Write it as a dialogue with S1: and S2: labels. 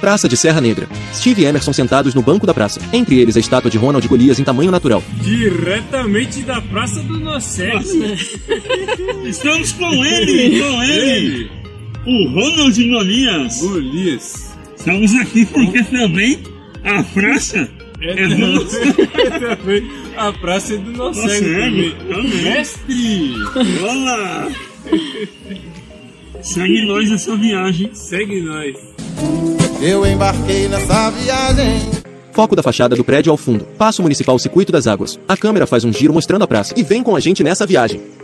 S1: Praça de Serra Negra. Steve e Emerson sentados no banco da praça. Entre eles a estátua de Ronald Golias em tamanho natural.
S2: Diretamente da Praça do Nocete.
S3: Estamos com ele, com ele, o Ronald Golias.
S2: Golias.
S3: Estamos aqui porque também a praça é do Nocete.
S2: também a Praça é do Nocete
S3: Nocego,
S2: também.
S3: também.
S2: Mestre,
S3: é Olá! Segue nós nessa viagem.
S2: segue nós.
S4: Eu embarquei nessa viagem.
S1: Foco da fachada do prédio ao fundo. Passo Municipal Circuito das Águas. A câmera faz um giro mostrando a praça. E vem com a gente nessa viagem.